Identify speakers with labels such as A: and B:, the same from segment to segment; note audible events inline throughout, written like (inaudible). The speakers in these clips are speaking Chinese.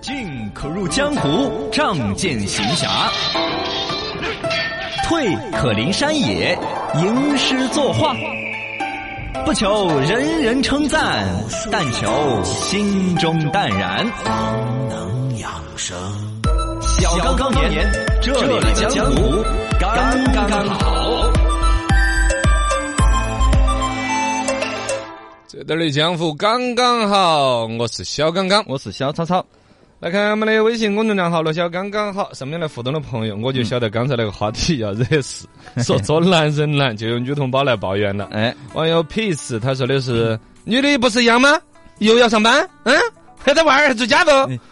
A: 进可入江湖，仗剑行侠；退可临山野，吟诗作画。不求人人称赞，但求心中淡然。
B: 方能养生。
A: 小刚刚年，这里的江湖刚刚好。
C: 这点儿的江湖刚刚好，我是小刚刚。
A: 我是小草草，
C: 来看我们的微信公众账号“罗小刚刚好”，上面来互动的朋友，我就晓得刚才那个话题要惹事。说做男人难，就有女同胞来抱怨了。
A: 哎，
C: 网友 peace 他说的是：女的不是一样吗？又要上班，嗯，还带娃儿还住家头。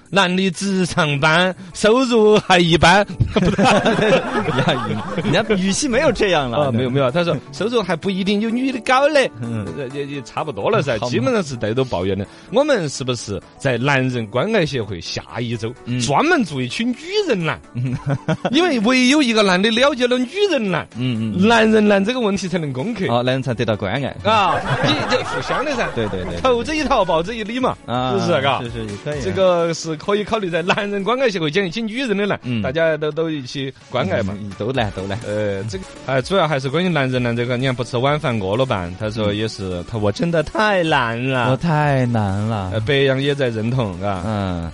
C: 男的只上班，收入还一般。
A: (laughs)
C: (laughs)
A: 呀，人家语气哦没有这样了，
C: 啊，没有没有，他说收入还不一定有女的高嘞，
A: 嗯
C: 呃也也差不多了噻，
A: 好嘛
C: 基本上是大家都抱怨的。我们是不是在男人关爱协会下一周
A: 嗯
C: 专门做一群女人男？
A: (laughs)
C: 因为唯有一个男的了解了女人男，
A: 嗯嗯，
C: 男人男这个问题才能攻克
A: 哦，男人才得到关爱，
C: 啊，你这互相的噻，
A: 对对对对
C: 投之以桃，报之以李嘛，
A: 啊，
C: 是不是？嘎
A: 是，是也可以啊，
C: 这个是可以考虑在男人关爱协会建立起女人的男
A: 嗯，
C: 大家都都一起关爱嘛。
A: 嗯，都来都来，
C: 呃，这个哎，主要还是关于男人呢，这个你看不吃晚饭饿了吧？他说也是，他我真的太难
A: 嗯我
C: 了。
A: 太难
C: 呃，
A: 了，
C: 白羊也在认
A: (laughs)
C: 同啊，
A: 嗯，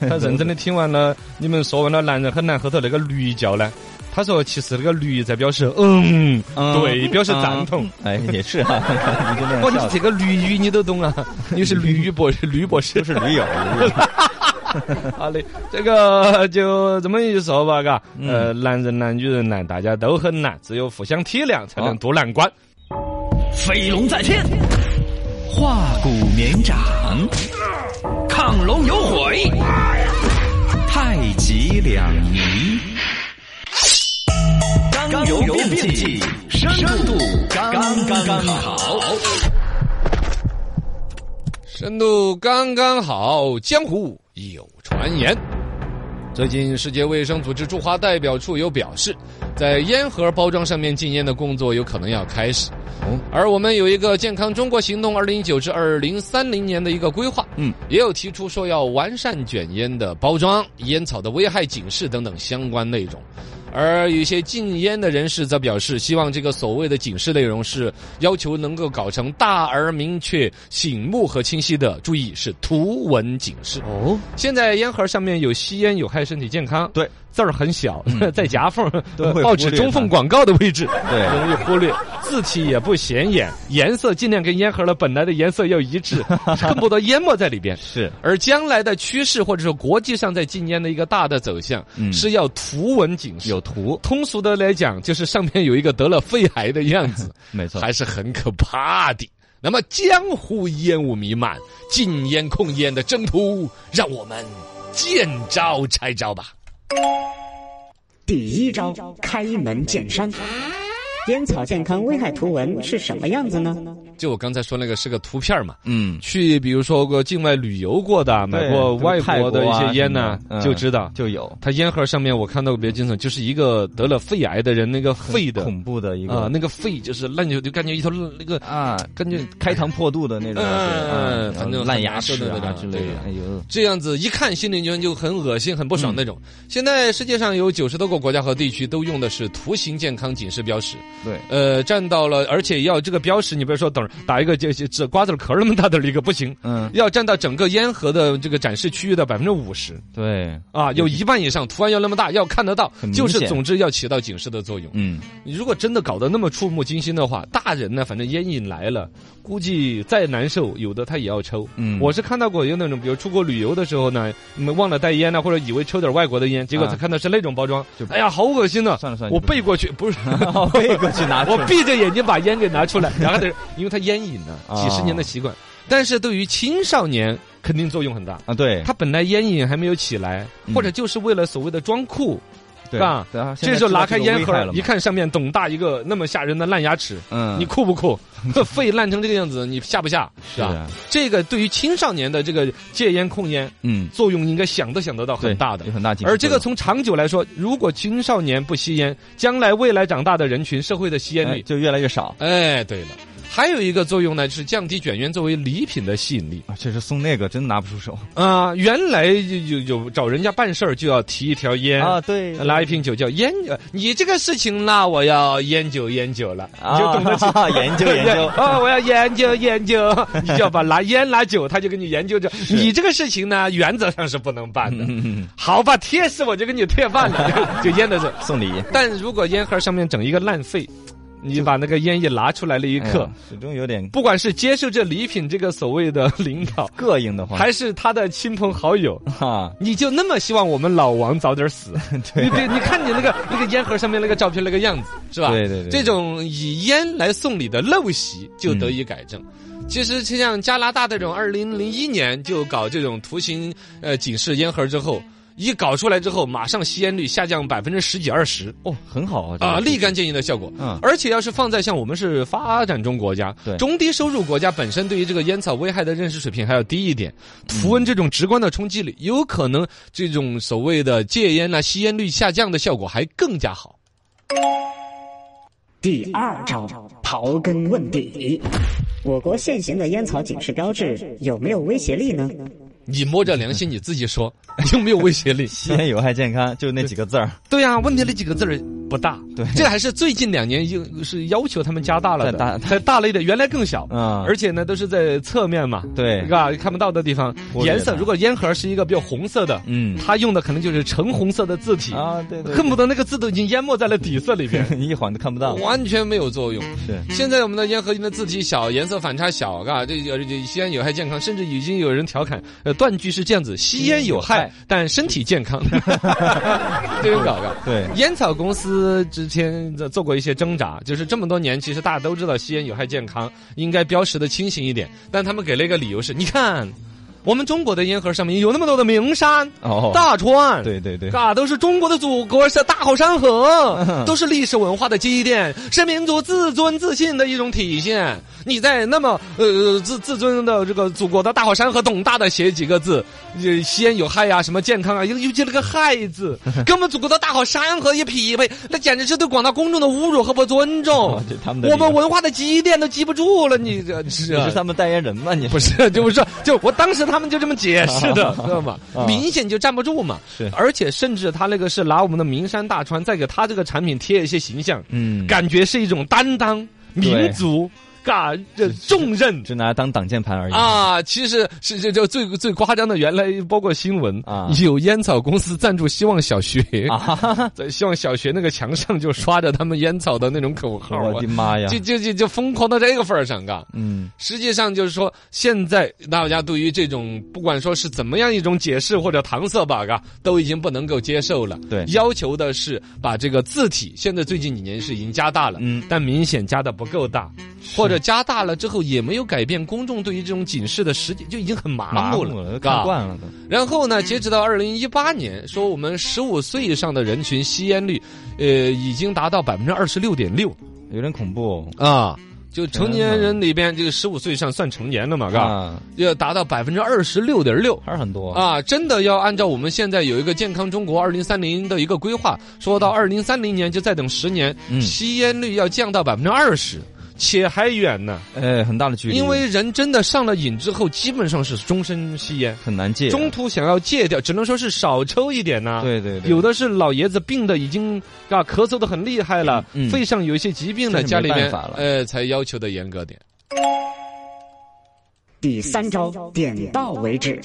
C: 他认真的听完了你们说完了男人很难后头那个驴叫呢，他说其实那个驴在表示嗯，
A: 嗯
C: 对，表示赞同。
A: 哎，也是啊， (laughs) 你就那
C: 哇，
A: 样
C: 你
A: 笑
C: 这个驴语你都懂啊？你是驴语博士，驴博士
A: 都。是驴友，驴友
C: 好嘞，这个就这么一说吧，嘎，
A: 嗯
C: 呃，男人难，女人难，大家都很难，只有互相体谅才能
A: 好
C: 渡难关。
A: 飞龙在天，化骨绵掌，亢龙有悔，太极两仪，刚柔并济，深度刚刚好。
C: 深度刚刚好，江湖有传言。最近，世界卫生组织驻华代表处有表示，在烟盒包装上面禁烟的工作有可能要开始。而我们有一个健康中国行动二零一九至二零三零年的一个规划，
A: 嗯，
C: 也有提出说要完善卷烟的包装、烟草的危害警示等等相关内容。而有一些禁烟的人士则表示，希望这个所谓的警示内容是要求能够搞成大而明确、醒目和清晰的，注意是图文警示。
A: 哦，
C: 现在烟盒上面有吸烟有害身体健康，
A: 对，嗯
C: 字儿很小， (laughs) 在夹缝、
A: 都会
C: (laughs) 报
A: 忽
C: 纸
A: 略
C: 中
A: 它
C: 缝广告的位置，
A: 对
C: (laughs) 容易忽略，字体也不显眼，颜色尽量跟烟盒的本来的颜色要一致，
A: (laughs)
C: 恨不得淹没在里边。
A: 是
C: 而将来的趋势，或者说国际上在禁烟的一个大的走向，
A: 嗯
C: 是要图文警示。
A: 有图，
C: 通俗的来讲，就是上面有一个得了肺癌的样子，
A: (laughs) 没错，
C: 还是很可怕的。那么，江湖烟雾弥漫，禁烟控烟的征途，让我们见招拆招吧。
D: 第一招开门见山。烟草健康危害图文是什么样子呢？
C: 就我刚才说那个是个图片嘛，
A: 嗯，
C: 去比如说过境外旅游过的，买
A: 对
C: 过外
A: 泰
C: 国的一
A: 啊
C: 些烟呢
A: 什么，的嗯
C: 就知道。
A: 就有
C: 它烟盒上面我看到过别惊悚，就是一个得了肺癌的人，那个肺的
A: 恐怖的一
C: 啊、
A: 个
C: 那个肺就是烂就就感觉一头那个
A: 啊，
C: 感觉
A: 开膛破肚的那种，
C: 嗯
A: 对
C: 反
A: 嗯
C: 正很
A: 烂牙
C: 难受
A: 齿
C: 的那
A: 啊
C: 种
A: 之类
C: 对
A: 的，哎呦，
C: 这样子一看心里就就很恶心、很不
A: 嗯
C: 爽那种。现在世界上有九十多个国家和地区都用的是图形健康警示标识，
A: 对，
C: 呃，占到了，而且要这个标识，你比如说等打一个这这这瓜子壳那么大的一个不行，
A: 嗯，
C: 要占到整个烟盒的这个展示区域的百分之五十
A: 对，
C: 啊，有一半以上图案要那么大，要看得到
A: 很，明
C: 就是
A: 显
C: 总之要起到警示的作用。
A: 嗯，
C: 你如果真的搞得那么触目惊心的话，大人呢，反正烟瘾来了，估计再难受，有的他也要抽。
A: 嗯
C: 我是看到过有那种，比如出国旅游的时候呢，你们忘了带烟呢，或者以为抽点外国的烟，结果
A: 啊
C: 才看到是那种包装
A: (laughs) 就，
C: 哎呀，好恶心呐！
A: 算了算了
C: 我
A: 你不
C: 背过去，
A: (laughs)
C: 不是 (laughs)
A: 背过去拿出
C: 我
A: 来
C: 闭着眼睛把烟给拿
A: (laughs)
C: 出来，然后得，因为他烟瘾呢，
A: 啊
C: 几十年的习惯，但是对于青少年肯定作用很大。
A: 啊，对，
C: 他本来烟瘾还没有起来，
A: 嗯
C: 或者就是为了所谓的装酷，
A: 对
C: 啊
A: 对啊现
C: 这
A: 在
C: 时候
A: 知道
C: 拿开
A: 个
C: 烟
A: 危
C: 盒
A: 害了嘛
C: 一看上面董大一个那么吓人的烂牙齿，
A: 嗯，
C: 你酷不 (laughs) 酷？肺烂成这个样子，你吓不吓？是吧？
A: 啊，
C: 这个对于青少年的这个戒烟控烟
A: 嗯，
C: 作用，应该想都想得到
A: 对
C: 很大的
A: 有。很大进步。
C: 而这个从长久来说，如果青少年不吸烟，将来未来长大的人群，社会的吸烟
A: 哎
C: 率，
A: 就越来越少，
C: 哎，对了，还有一个作用呢，是降低卷烟作为礼品的吸引力
A: 啊，确实送那个真拿不出手
C: 啊、原来就就就找人家办事儿就要提一条烟
A: 啊，对，
C: 拿一瓶酒叫烟，呃你这个事情那我要烟酒烟酒了，
A: 啊
C: 就懂得起
A: (laughs) 研究研
C: (laughs)
A: 究
C: 啊！我要研究研究， (laughs) 你就要把拿烟拿酒，他就给你研究着。你这个事情呢，原则上是不能办的。
A: 嗯
C: 好吧，贴士我就给你贴
A: (laughs)
C: 饭了，就烟的事。
A: 送礼，
C: 但如果烟盒上面整一个烂肺，你把那个烟一拿出来了一
A: 哎呀
C: 刻，
A: 始终有点
C: 不管是接受这礼品这个所谓
A: (laughs)
C: 的领导，
A: 膈应的话，啊
C: 还是他的亲朋好友，
A: 哈，
C: 你就那么希望我们老王早点死？
A: (laughs) 对
C: 你别，你看你那个那个烟盒上面那个照片那个样子，是吧？
A: 对对对
C: 这种以烟来送礼的陋习就得以改正。
A: 嗯
C: 其实像加拿大这种，二零零一年就搞这种图形呃警示烟盒之后，一搞出来之后，马上吸烟率下降百分之十几二十。
A: 哦，很好啊这个
C: 啊，
A: 数据
C: 立竿见影的效果。
A: 嗯
C: 而且要是放在像我们是发展中国家
A: 对，
C: 中低收入国家本身对于这个烟草危害的认识水平还要低一点，图文这种直观的冲击力，有可能这种所谓的戒烟呐、吸烟率下降的效果还更加好。
D: 第二招，刨根问底。我国现行的烟草警示标志有没有威胁力呢？
C: 你摸着良心你自己说， (laughs) 有没有威胁力？
A: 吸烟有害健康，就那几个字儿，
C: (laughs) 对呀、问题那几个字儿不大。
A: 对
C: 这还是最近两年又是要求他们加大了的，
A: 再大
C: 再大了一点，原来更小。
A: 嗯
C: 而且呢，都是在侧面嘛，
A: 对
C: 是吧？看不到的地方，
A: 忽略
C: 颜色
A: 它
C: 如果烟盒是一个比较红色的，
A: 嗯
C: 它用的可能就是橙红色的字体，
A: 啊，对对，
C: 恨不得那个字都已经淹没在了底色里边，
A: 对 (laughs) 一晃都看不到，
C: 完全没有作用。
A: 是
C: 现在我们的烟盒里的字体小，颜色反差小，啊，这有这吸烟有害健康，甚至已经有人调侃，呃，断句是这样子：吸烟有害，但身体健康。这种搞搞。
A: 对
C: 烟草公司之前做过一些挣扎，就是这么多年，其实大家都知道吸烟有害健康，应该标识的清醒一点，但他们给了一个理由是：你看，我们中国的烟盒上面有那么多的名山、
A: 哦，
C: 大川，
A: 对对对，
C: 啊，都是中国的祖国，是大好山河，都是历史文化的积淀，是民族自尊自信的一种体现。你在那么呃自自尊的这个祖国的大好山河，董大的写几个字，呃吸烟有害呀、什么健康啊，尤尤其那个害 (laughs) 字，跟我们祖国的大好山河一匹配，那简直是对广大公众的侮辱和不尊
A: (laughs)
C: 重
A: 哦这。他们的
C: 我们
A: 理由
C: 文化的积淀都记不住了，你这是
A: 你
C: 啊
A: 是他们代言人吗？你
C: 不是，就不是，就我当时他们就这么解释的，知道吗？明显就站不住嘛。
A: 是
C: 而且甚至他那个是拿我们的名山大川，再给他这个产品贴一些形象，
A: 嗯，
C: 感觉是一种担当、民族、嘎这重任。
A: 只拿当挡箭牌而已，
C: 啊，其实是这这最最夸张的，原来包括新闻
A: 啊
C: 有烟草公司赞助希望小学
A: 啊哈
C: (laughs)
A: 哈哈，
C: 在希望小学那个墙上就刷着他们烟草的那种口号啊
A: 我的，妈呀
C: 就，就就就疯狂到这个份儿上，嘎。
A: 嗯，
C: 实际上就是说，现在大家对于这种不管说是怎么样一种解释或者搪塞吧，嘎，都已经不能够接受了。
A: 对
C: 要求的是把这个字体，现在最近几年是已经加大了，
A: 嗯
C: 但明显加的不够大， (laughs) 或者加大了之后也没有改变公众对于这种警示的实际，就已经很麻
A: 麻
C: 木
A: 木
C: 了，啊
A: 了，都
C: 嘎
A: 看惯了都，
C: 然后呢，截止到二零一八年，说我们十五岁以上的人群吸烟率，呃，已经达到百分之二十六点六。
A: 有点恐怖
C: 啊，就成年
A: 天哪
C: 人里边，这个十五岁以上算成年了嘛，嘎，
A: 啊，
C: 要达到百分之二十六点六。
A: 还是很多，
C: 啊，真的要按照我们现在有一个健康中国二零三零的一个规划，说到二零三零年就再等十年，
A: 嗯
C: 吸烟率要降到百分之二十，且还远呢。
A: 哎，很大的距离，
C: 因为人真的上了瘾之后，基本上是终身吸烟，
A: 很难戒，
C: 中途想要戒掉，只能说是少抽一点呐。
A: 对对对，
C: 有的是老爷子病的已经啊咳嗽的很厉害了，
A: 嗯嗯
C: 肺上有一些疾病了，
A: 这是
C: 家
A: 没
C: 里面
A: 办法了
C: 呃才要求的严格点。
D: 第三招，点到为止。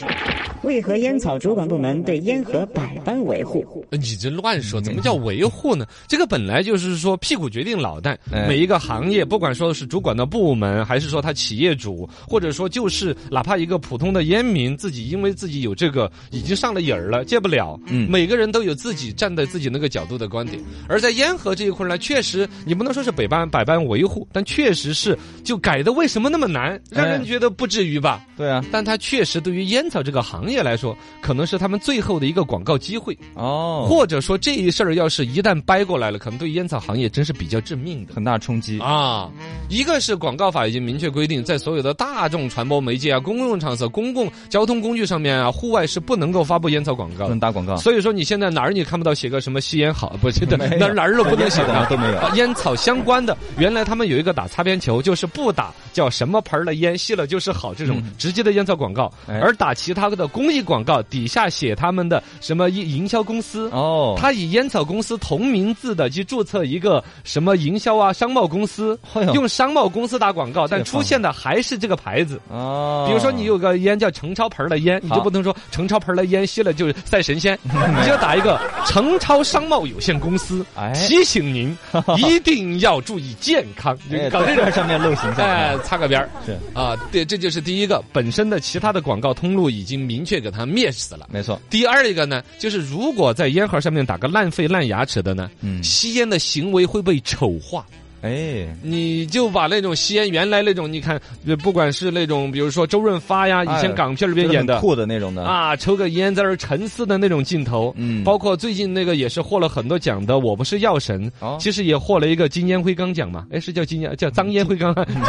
D: 为何烟草主管部门对烟盒百般维护？
C: 呃你这乱
A: 嗯
C: 说，怎么叫维护呢？这个本来就是说屁股决定脑袋，
A: 哎
C: 每一个行业，不管说是主管的部门，还是说他企业主，或者说就是哪怕一个普通的烟民，自己因为自己有这个已经上了瘾儿了，戒不了，
A: 嗯
C: 每个人都有自己站在自己那个角度的观点。而在烟盒这一块呢，确实你不能说是百般百般维护，但确实是就改的为什么那么难，让
A: 哎
C: 人觉得不至于吧？
A: 对啊，
C: 但它确实对于烟草这个行业来说，可能是他们最后的一个广告机会，
A: 哦，
C: 或者说这一事儿要是一旦掰过来了，可能对烟草行业真是比较致命的。
A: 很大冲击，
C: 啊，一个是广告法已经明确规定，在所有的大众传播媒介啊、公共场所、公共交通工具上面啊，户外是不能够发布烟草广告
A: 不
C: 的
A: 能。打广告，
C: 所以说，你现在哪儿你看不到写个什么吸烟好， (laughs) 不是的，
A: 没有
C: 哪儿哪儿都不能写
A: 什么
C: 的，
A: 都没有
C: 啊烟草相关的，原来他们有一个打擦边球，就是不打叫什么牌儿的烟，吸了就是好这种直接的烟草广告，
A: 哎
C: 而打其他的公益广告，底下写他们的什么营营销公司。
A: 哦，
C: 他以烟草公司同名字的去注册一个什么营销啊商贸公司
A: 哎呦，
C: 用商贸公司打广告，但
A: 这个
C: 出现的还是这个牌子。
A: 哦，
C: 比如说你有个烟叫程超盆儿的烟，你就
A: 好
C: 不能说程超盆儿的烟吸了就是赛
A: (laughs)
C: 神仙，你就打一个程超商贸有限公司
A: 哎，
C: 提醒您一定要注意健康，就
A: 哎
C: 搞这种
A: 在。 (laughs) 上面露形象，
C: 哎，擦个边儿
A: 是
C: 啊，对，这就是第一个，本身的其他的广告通路已经明确给它灭死了。
A: 没错，
C: 第二一个呢，就是如果在烟盒上面打个烂肺烂牙齿的呢，
A: 嗯
C: 吸烟的行为会被丑化。
A: 哎，
C: 你就把那种吸烟原来那种，你看，呃不管是那种，比如说周润发呀，以
A: 哎
C: 前港片里边演
A: 就是
C: 的
A: 很。酷的那种的，
C: 啊，抽个烟在那儿沉思的那种镜头，
A: 嗯
C: 包括最近那个也是获了很多奖的《我不是药神》
A: 哦嗯
C: 其实也获了一个金烟灰缸奖嘛，哎，是叫金烟叫脏烟灰缸，
A: 不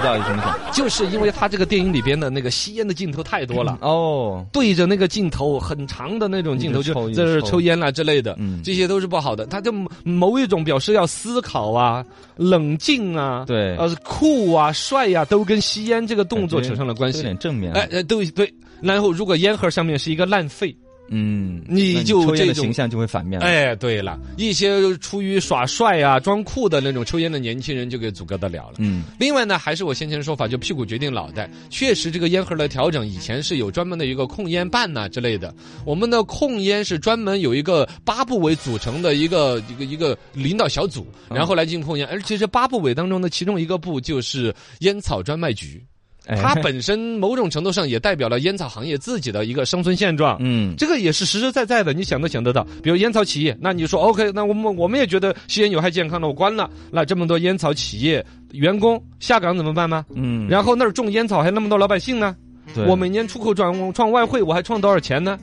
A: 知道有什么想，
C: 就是因为他这个电影里边的那个吸烟的镜头太多了，
A: 哦，
C: 对着那个镜头很长的那种镜头，
A: 一直
C: 就
A: 抽一直
C: 在这儿
A: 抽
C: 抽烟啦之类的，
A: 嗯
C: 这些都是不好的。他就某某一种表示要思考啊、冷静啊、
A: 对
C: 呃酷啊、帅呀、都跟吸烟这个动作
A: 感觉
C: 扯上了关
A: 有
C: 系。
A: 点正面，啊
C: 哎，哎，对对。然后，如果烟盒上面是一个烂肺，
A: 嗯，
C: 你
A: 那
C: 就
A: 抽烟
C: 这
A: 的
C: 种
A: 形象就会反面了，
C: 哎，对了，一些出于耍帅啊、装酷的那种抽烟的年轻人就给阻隔得了了。
A: 嗯，
C: 另外呢，还是我先前说法，就屁股决定脑袋。确实，这个烟盒的调整以前是有专门的一个控烟办呐、之类的。我们的控烟是专门有一个八部委组成的一个一个一个领导小组，
A: 嗯
C: 然后来进行控烟。而其实八部委当中的其中一个部就是烟草专卖局，
A: 哎
C: 它本身某种程度上也代表了烟草行业自己的一个生存现状。
A: 嗯，
C: 这个也是实实在在的，你想都想得到。比如烟草企业，那你说 OK，那我们我们也觉得吸烟有害健康了，我关了。那这么多烟草企业员工下岗怎么办呢？
A: 嗯，
C: 然后那儿种烟草还那么多老百姓呢，
A: 对
C: 我每年出口转创外汇，我还创多少钱呢？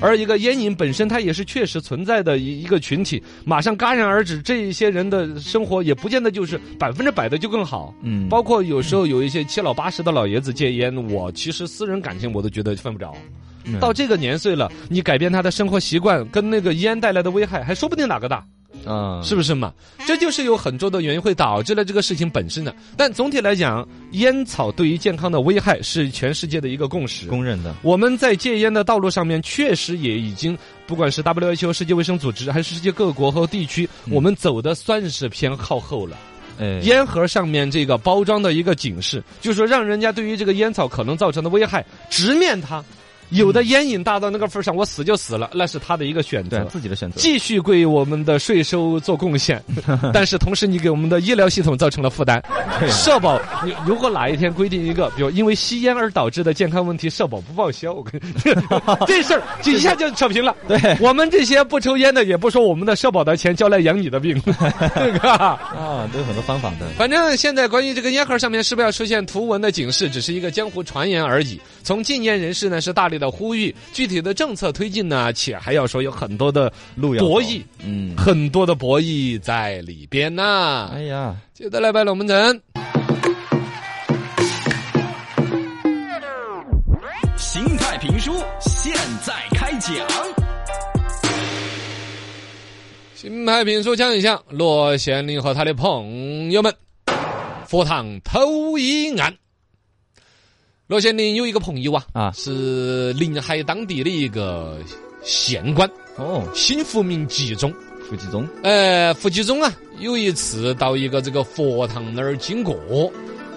C: 而一个烟瘾本身，它也是确实存在的一一个群体，马上戛然而止，这一些人的生活也不见得就是百分之百的就更好。
A: 嗯，
C: 包括有时候有一些七老八十的老爷子戒烟，我其实私人感情我都觉得犯不着。
A: 嗯
C: 到这个年岁了，你改变他的生活习惯，跟那个烟带来的危害，还说不定哪个大，
A: 啊，
C: 是不是嘛？这就是有很多的原因会导致了这个事情本身的。但总体来讲，烟草对于健康的危害是全世界的一个共识。
A: 公认的，
C: 我们在戒烟的道路上面，确实也已经，不管是 WHO 世界卫生组织，还是世界各国和地区，我们走的算是偏靠后了。
A: 哎，
C: 烟盒上面这个包装的一个警示，就是说让人家对于这个烟草可能造成的危害直面它。有的烟瘾大到那个份儿上，我死就死了，那是他的一个选
A: 对
C: 择。
A: 自己的选择，
C: 继续为我们的税收做贡献，但是同时你给我们的医疗系统造成了负担。社保，你如果哪一天规定一个，比如因为吸烟而导致的健康问题，社保不报销，我跟
A: (laughs)
C: 这事儿就一下就扯平了。
A: 对
C: 我们这些不抽烟的，也不说我们的社保的钱交来养你
A: (laughs)
C: 的病，对吧？
A: 啊，都有很多方法的，
C: 反正现在关于这个烟盒上面是不是要出现图文的警示，只是一个江湖传言而已。从禁烟人士呢是大力的呼吁，具体的政策推进呢，且还要说有很多的
A: 路要走
C: 博弈，，
A: 嗯，
C: 很多的博弈在里边呐
A: 哎。呀，
C: 接着来拜龙门阵。
E: 心态评书现在开讲。
C: 新派评书讲一讲罗贤林和他的朋友们佛堂偷衣案。罗贤林有一个朋友啊，
A: 啊
C: 是临海当地的一个县官，
A: 哦，
C: 新福民集中。
A: 夫妻宗，
C: 呃，胡继忠啊，有一次到一个这个佛堂那儿经过，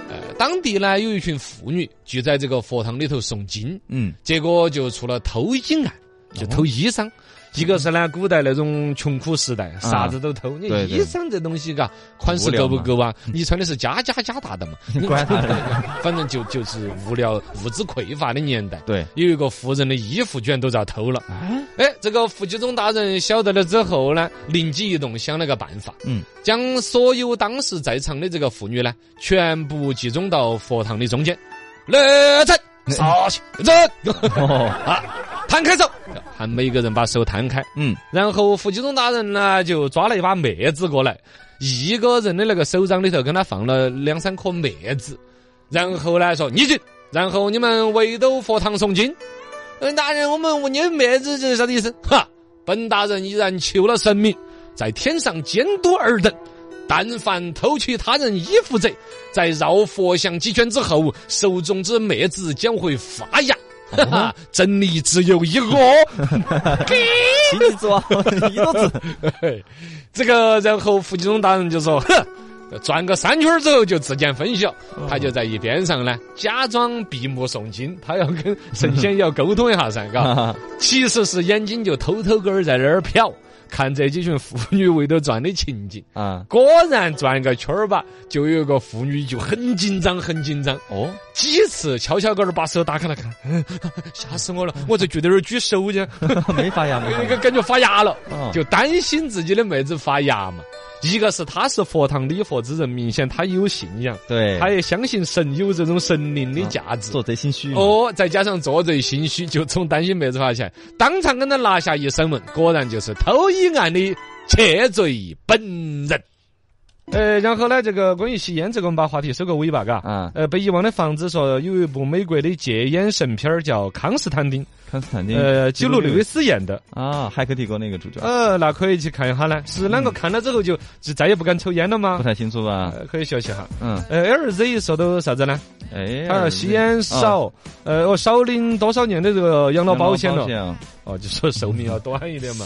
C: 呃，当地呢有一群妇女聚在这个佛堂里头诵经，
A: 嗯，
C: 结果就出了偷金案，就偷衣裳。一个是呢，古代那种穷苦时代，啥子都偷。你
A: 对对
C: 衣裳这东西，嘎，款式够不够啊？你穿的是加加加大的嘛？你 (laughs)
A: 管他的，
C: 反正就就是无聊、物资匮乏的年代。
A: 对，
C: 有一个富人的衣服居然都遭偷了。哎，这个胡继忠大人晓得了之后呢，灵机一动，想了个办法，
A: 嗯，
C: 将所有当时在场的这个妇女呢，全部集中到佛堂的中间，来站，杀去站
A: 哦，
C: 啊，摊开手，还没一个人把手摊开。
A: 嗯，
C: 然后胡继忠大人呢就抓了一把麦子过来，一个人的那个手掌里头跟他放了两三颗麦子，然后呢说你去，然后你们围兜佛堂诵经。嗯，大人，我们问你麦子这是啥子意思？哈，本大人依然求了神明，在天上监督尔等。但凡偷取他人衣服者，在绕佛像几圈之后，手中之麦子将会发芽。哈哈，真理只有一个。
A: 请你坐， (laughs) 一桌
C: (laughs)
A: 子。
C: 嘿，这个，然后胡继忠大人就说：“哼，转个三圈儿之后就自见分晓。”他就在一边上呢，假装闭目诵经，他要跟神仙要沟通一下噻，
A: 嗯
C: 嘎。
A: 啊
C: 其实是眼睛就偷偷个儿在那儿瞟，看这几群妇女围着转的情景。
A: 啊，
C: 果然转个圈儿吧，就有一个妇女就很紧张，很紧张。
A: 哦，
C: 几次悄悄个儿把手打开了看， (laughs) 嗯吓死我了！我就觉 (laughs) 得有点举手呢。
A: 没发芽，
C: 那
A: 没
C: 个
A: 发
C: 感觉发芽了，
A: 嗯
C: 就担心自己的妹子发芽嘛。一个是他是佛堂礼佛之人，明显他有信仰，
A: 对，
C: 他也相信神有这种神灵的价值。
A: 做贼心虚。
C: 哦，再加上做贼心虚，就从担心妹子发现，当场跟他拿下一审问，果然就是偷一案的窃贼本人。呃，然后呢，这个关于吸烟这个，我们把话题收个尾巴，嘎。
A: (laughs) 啊，
C: 呃，被遗忘的房子说有一部美国的戒烟神片儿叫《康斯坦丁》，
A: 康斯坦丁，
C: 呃，基努·里维斯演的。
A: 啊，《骇客帝国》那个主角，
C: 呃，那可以去看一下呢。是啷个看了之后就就再也不敢抽烟了
A: 嗯不
C: 吗？
A: 太清楚吧？
C: 呃可以学习哈。
A: 嗯，
C: 呃，LZ 啊说的啥子呢？
A: 哎，哦
C: 他说吸烟
A: 啊
C: 少，呃，我少领多少年的这个养老保险了。
A: 了，
C: 哦，就说寿命要短一点嘛。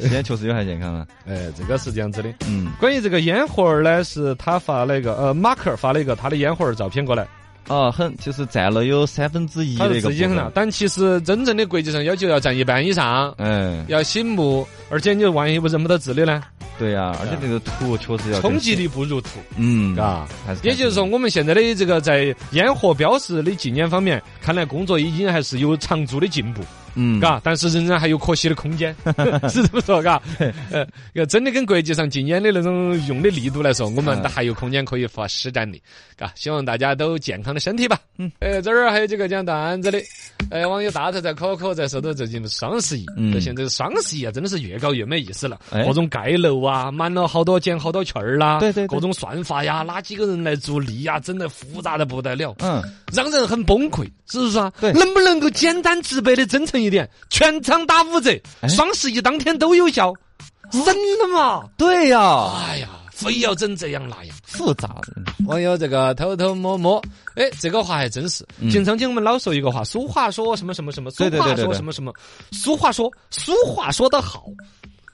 A: 吸烟确实有害健康了。
C: 哎，这个是这样子的。
A: 嗯，
C: 关于这个烟盒儿呢，是他发了一个，呃，马克儿发了一个他的烟盒儿照片过来，
A: 哦，很就是占了有三分之一
C: 他
A: 的
C: 是
A: 一个
C: 自己很
A: 部
C: 大，
A: 分。
C: 但其实真正的国际上要求要占一半以上，
A: 嗯，
C: 要醒目，而且你万一不认不到字的呢，
A: 对呀，而且这个图确实要
C: 冲击，力不如图，
A: 嗯，
C: 嘎。
A: 还是
C: 也就是说，
A: 看
C: 我们现在的这个在烟盒标识的禁烟方面，看来工作已经还是有长足的进步，
A: 清楚，嗯，
C: 嘎、但是仍然还有可惜的
A: (laughs)
C: 空间，是这么说，嘎。呃，要真的跟国际上禁烟的那种用的力度来
A: 嗯
C: 说，我们还有空间可以发施展的，嘎。希望大家都健康的身体吧。嗯。呃，这儿还有几个讲段子的，呃，网友大头在可可在说到最近双十一，
A: 嗯
C: 这现在双十一啊，真的是越搞越没意思了，
A: 哎
C: 各种盖楼啊，满了好多捡好多券儿啦，
A: 对对对
C: 各种算法呀，哪几个人来逐利呀，真的复杂的不得了，
A: 嗯，
C: 让人很崩溃，是不是啊？
A: 对
C: 能不能够简单直白的真诚一点？全场打五折，
A: 哎
C: 双十一当天都有效，真的嘛？
A: 对呀，
C: 哎呀，非要整这样那样。
A: 复杂的，
C: 网友这个偷偷摸摸，哎，这个话还真是。经常听我们老说一个话，俗话说什么什么什么，俗
A: 对对
C: 话
A: 对对
C: 说
A: 对
C: 什么什么，俗话说，俗话说得好，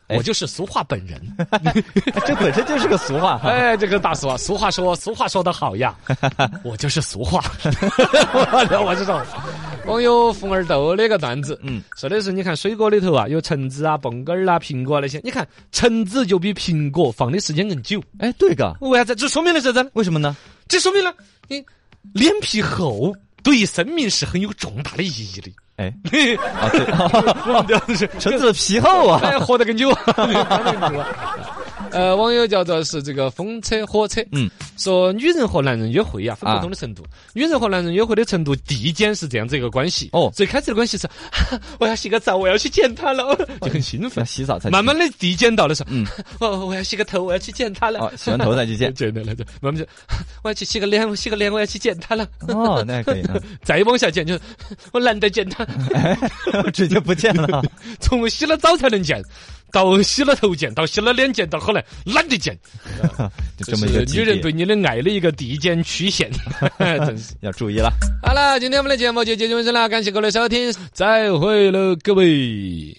A: 哎
C: 我就是俗话本人。
A: 这本身就是个俗话
C: (laughs)
A: 哈。
C: 哎，这个大俗啊，俗话说，俗话说得好 (laughs) 呀，我就是俗 (laughs) 话，我我知道。网友红二豆那个段子，嗯
A: 嗯，
C: 说的是你看水果里头啊，有橙子啊、蹦根儿啦、苹果那些，你看橙子就比苹果放的时间更久，
A: 哎，对嘎，
C: 为啥子？这说明了啥子呢？
A: 为什么呢？
C: 这说明了你脸皮厚，对于生命是很有重大的意义的。 (laughs)
A: 哎，
C: 嘿
A: 啊对，(laughs)
C: 忘掉的是
A: 橙子的皮厚啊，
C: 哎，活得更久，活得更久啊。呃，网友叫做是这个风车火车，嗯
A: 嗯，
C: 说女人和男人约会呀、分
A: 啊
C: 不同的程度。女人和男人约会的程度递减是这样子一个关系。哦
A: 哦，
C: 最开始的关系是， (laughs) 哈我要洗个澡，我要去见他了，就 (laughs) 很兴奋
A: 要。洗澡才
C: (laughs) 慢慢的递减到的时候，嗯
A: 嗯，
C: (laughs) 我我要洗个头，我要去见他了。。
A: 哦，洗完头再去见
C: (laughs) 对对对对，慢慢就，我要去洗个脸，我洗个脸，我要去见他了。
A: 哦，那还可以啊，
C: 再往下见，就是 (laughs) 我懒得见他， (laughs)
A: 哎， (laughs) 直接不见了。
C: 从洗了澡才能见，到洗了头见，到洗了脸见，到后来懒得见。
A: 就
C: 这
A: 这么一个
C: 是女
A: 级
C: 人
A: 别，
C: 对你的爱的一个递减
A: (laughs)
C: 曲线，真是。
A: 要注意了。
C: 好了，今天我们的节目就接近尾声了，感谢各位收听，再会喽，各位。